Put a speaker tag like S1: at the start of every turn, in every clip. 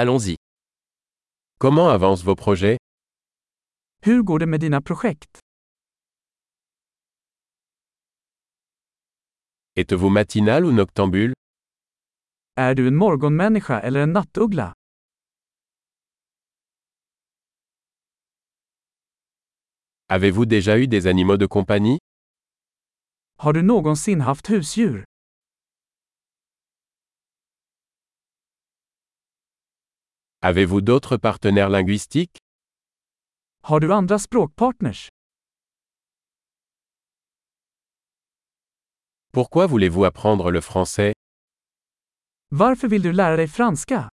S1: Allons-y. Comment avancent vos projets
S2: Hur går det med dina projekt?
S1: Êtes-vous matinal ou noctambule
S2: Är du en morgonmänniska eller en nattuggla?
S1: Avez-vous déjà eu des animaux de compagnie
S2: Har du någonsin haft husdjur?
S1: Avez-vous d'autres partenaires linguistiques
S2: Har du andra språkpartners?
S1: Pourquoi voulez-vous apprendre le français
S2: Varför vill du lära dig franska?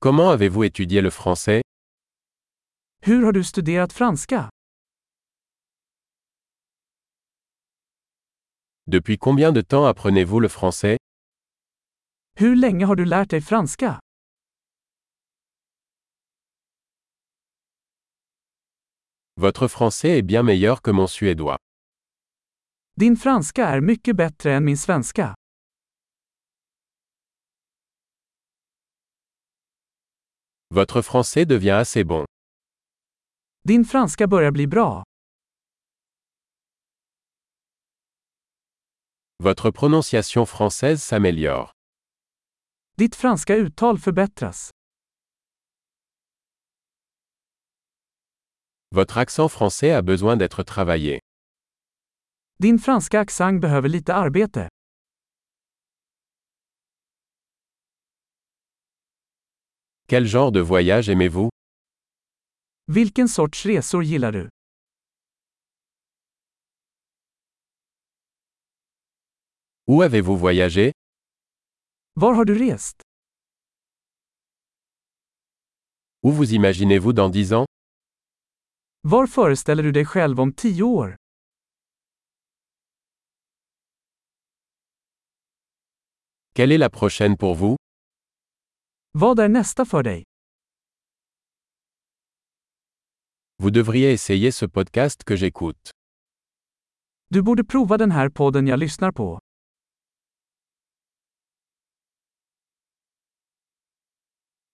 S1: Comment avez-vous étudié le français
S2: Hur har du studerat franska?
S1: Depuis combien de temps apprenez-vous le français
S2: Hur länge har du lärt dig franska?
S1: Votre français est bien meilleur que mon suédois.
S2: Din franska är mycket bättre än min svenska.
S1: Votre français devient assez bon.
S2: Din franska börjar bli bra.
S1: Votre prononciation française s'améliore.
S2: Ditt franska uttal förbättras.
S1: Votre accent français a besoin d'être travaillé.
S2: Din franska accent behöver lite arbete.
S1: Quel genre de voyage aimez-vous
S2: Vilken sorts resor gillar du?
S1: Où avez-vous voyagé
S2: Var har du rest?
S1: Où vous imaginez-vous dans 10 ans
S2: Var föreställer du dig själv om tio år?
S1: Quelle est la prochaine pour vous
S2: Vad är nästa för dig?
S1: Vous devriez essayer ce podcast que j'écoute.
S2: Du borde prova den här podden jag lyssnar på.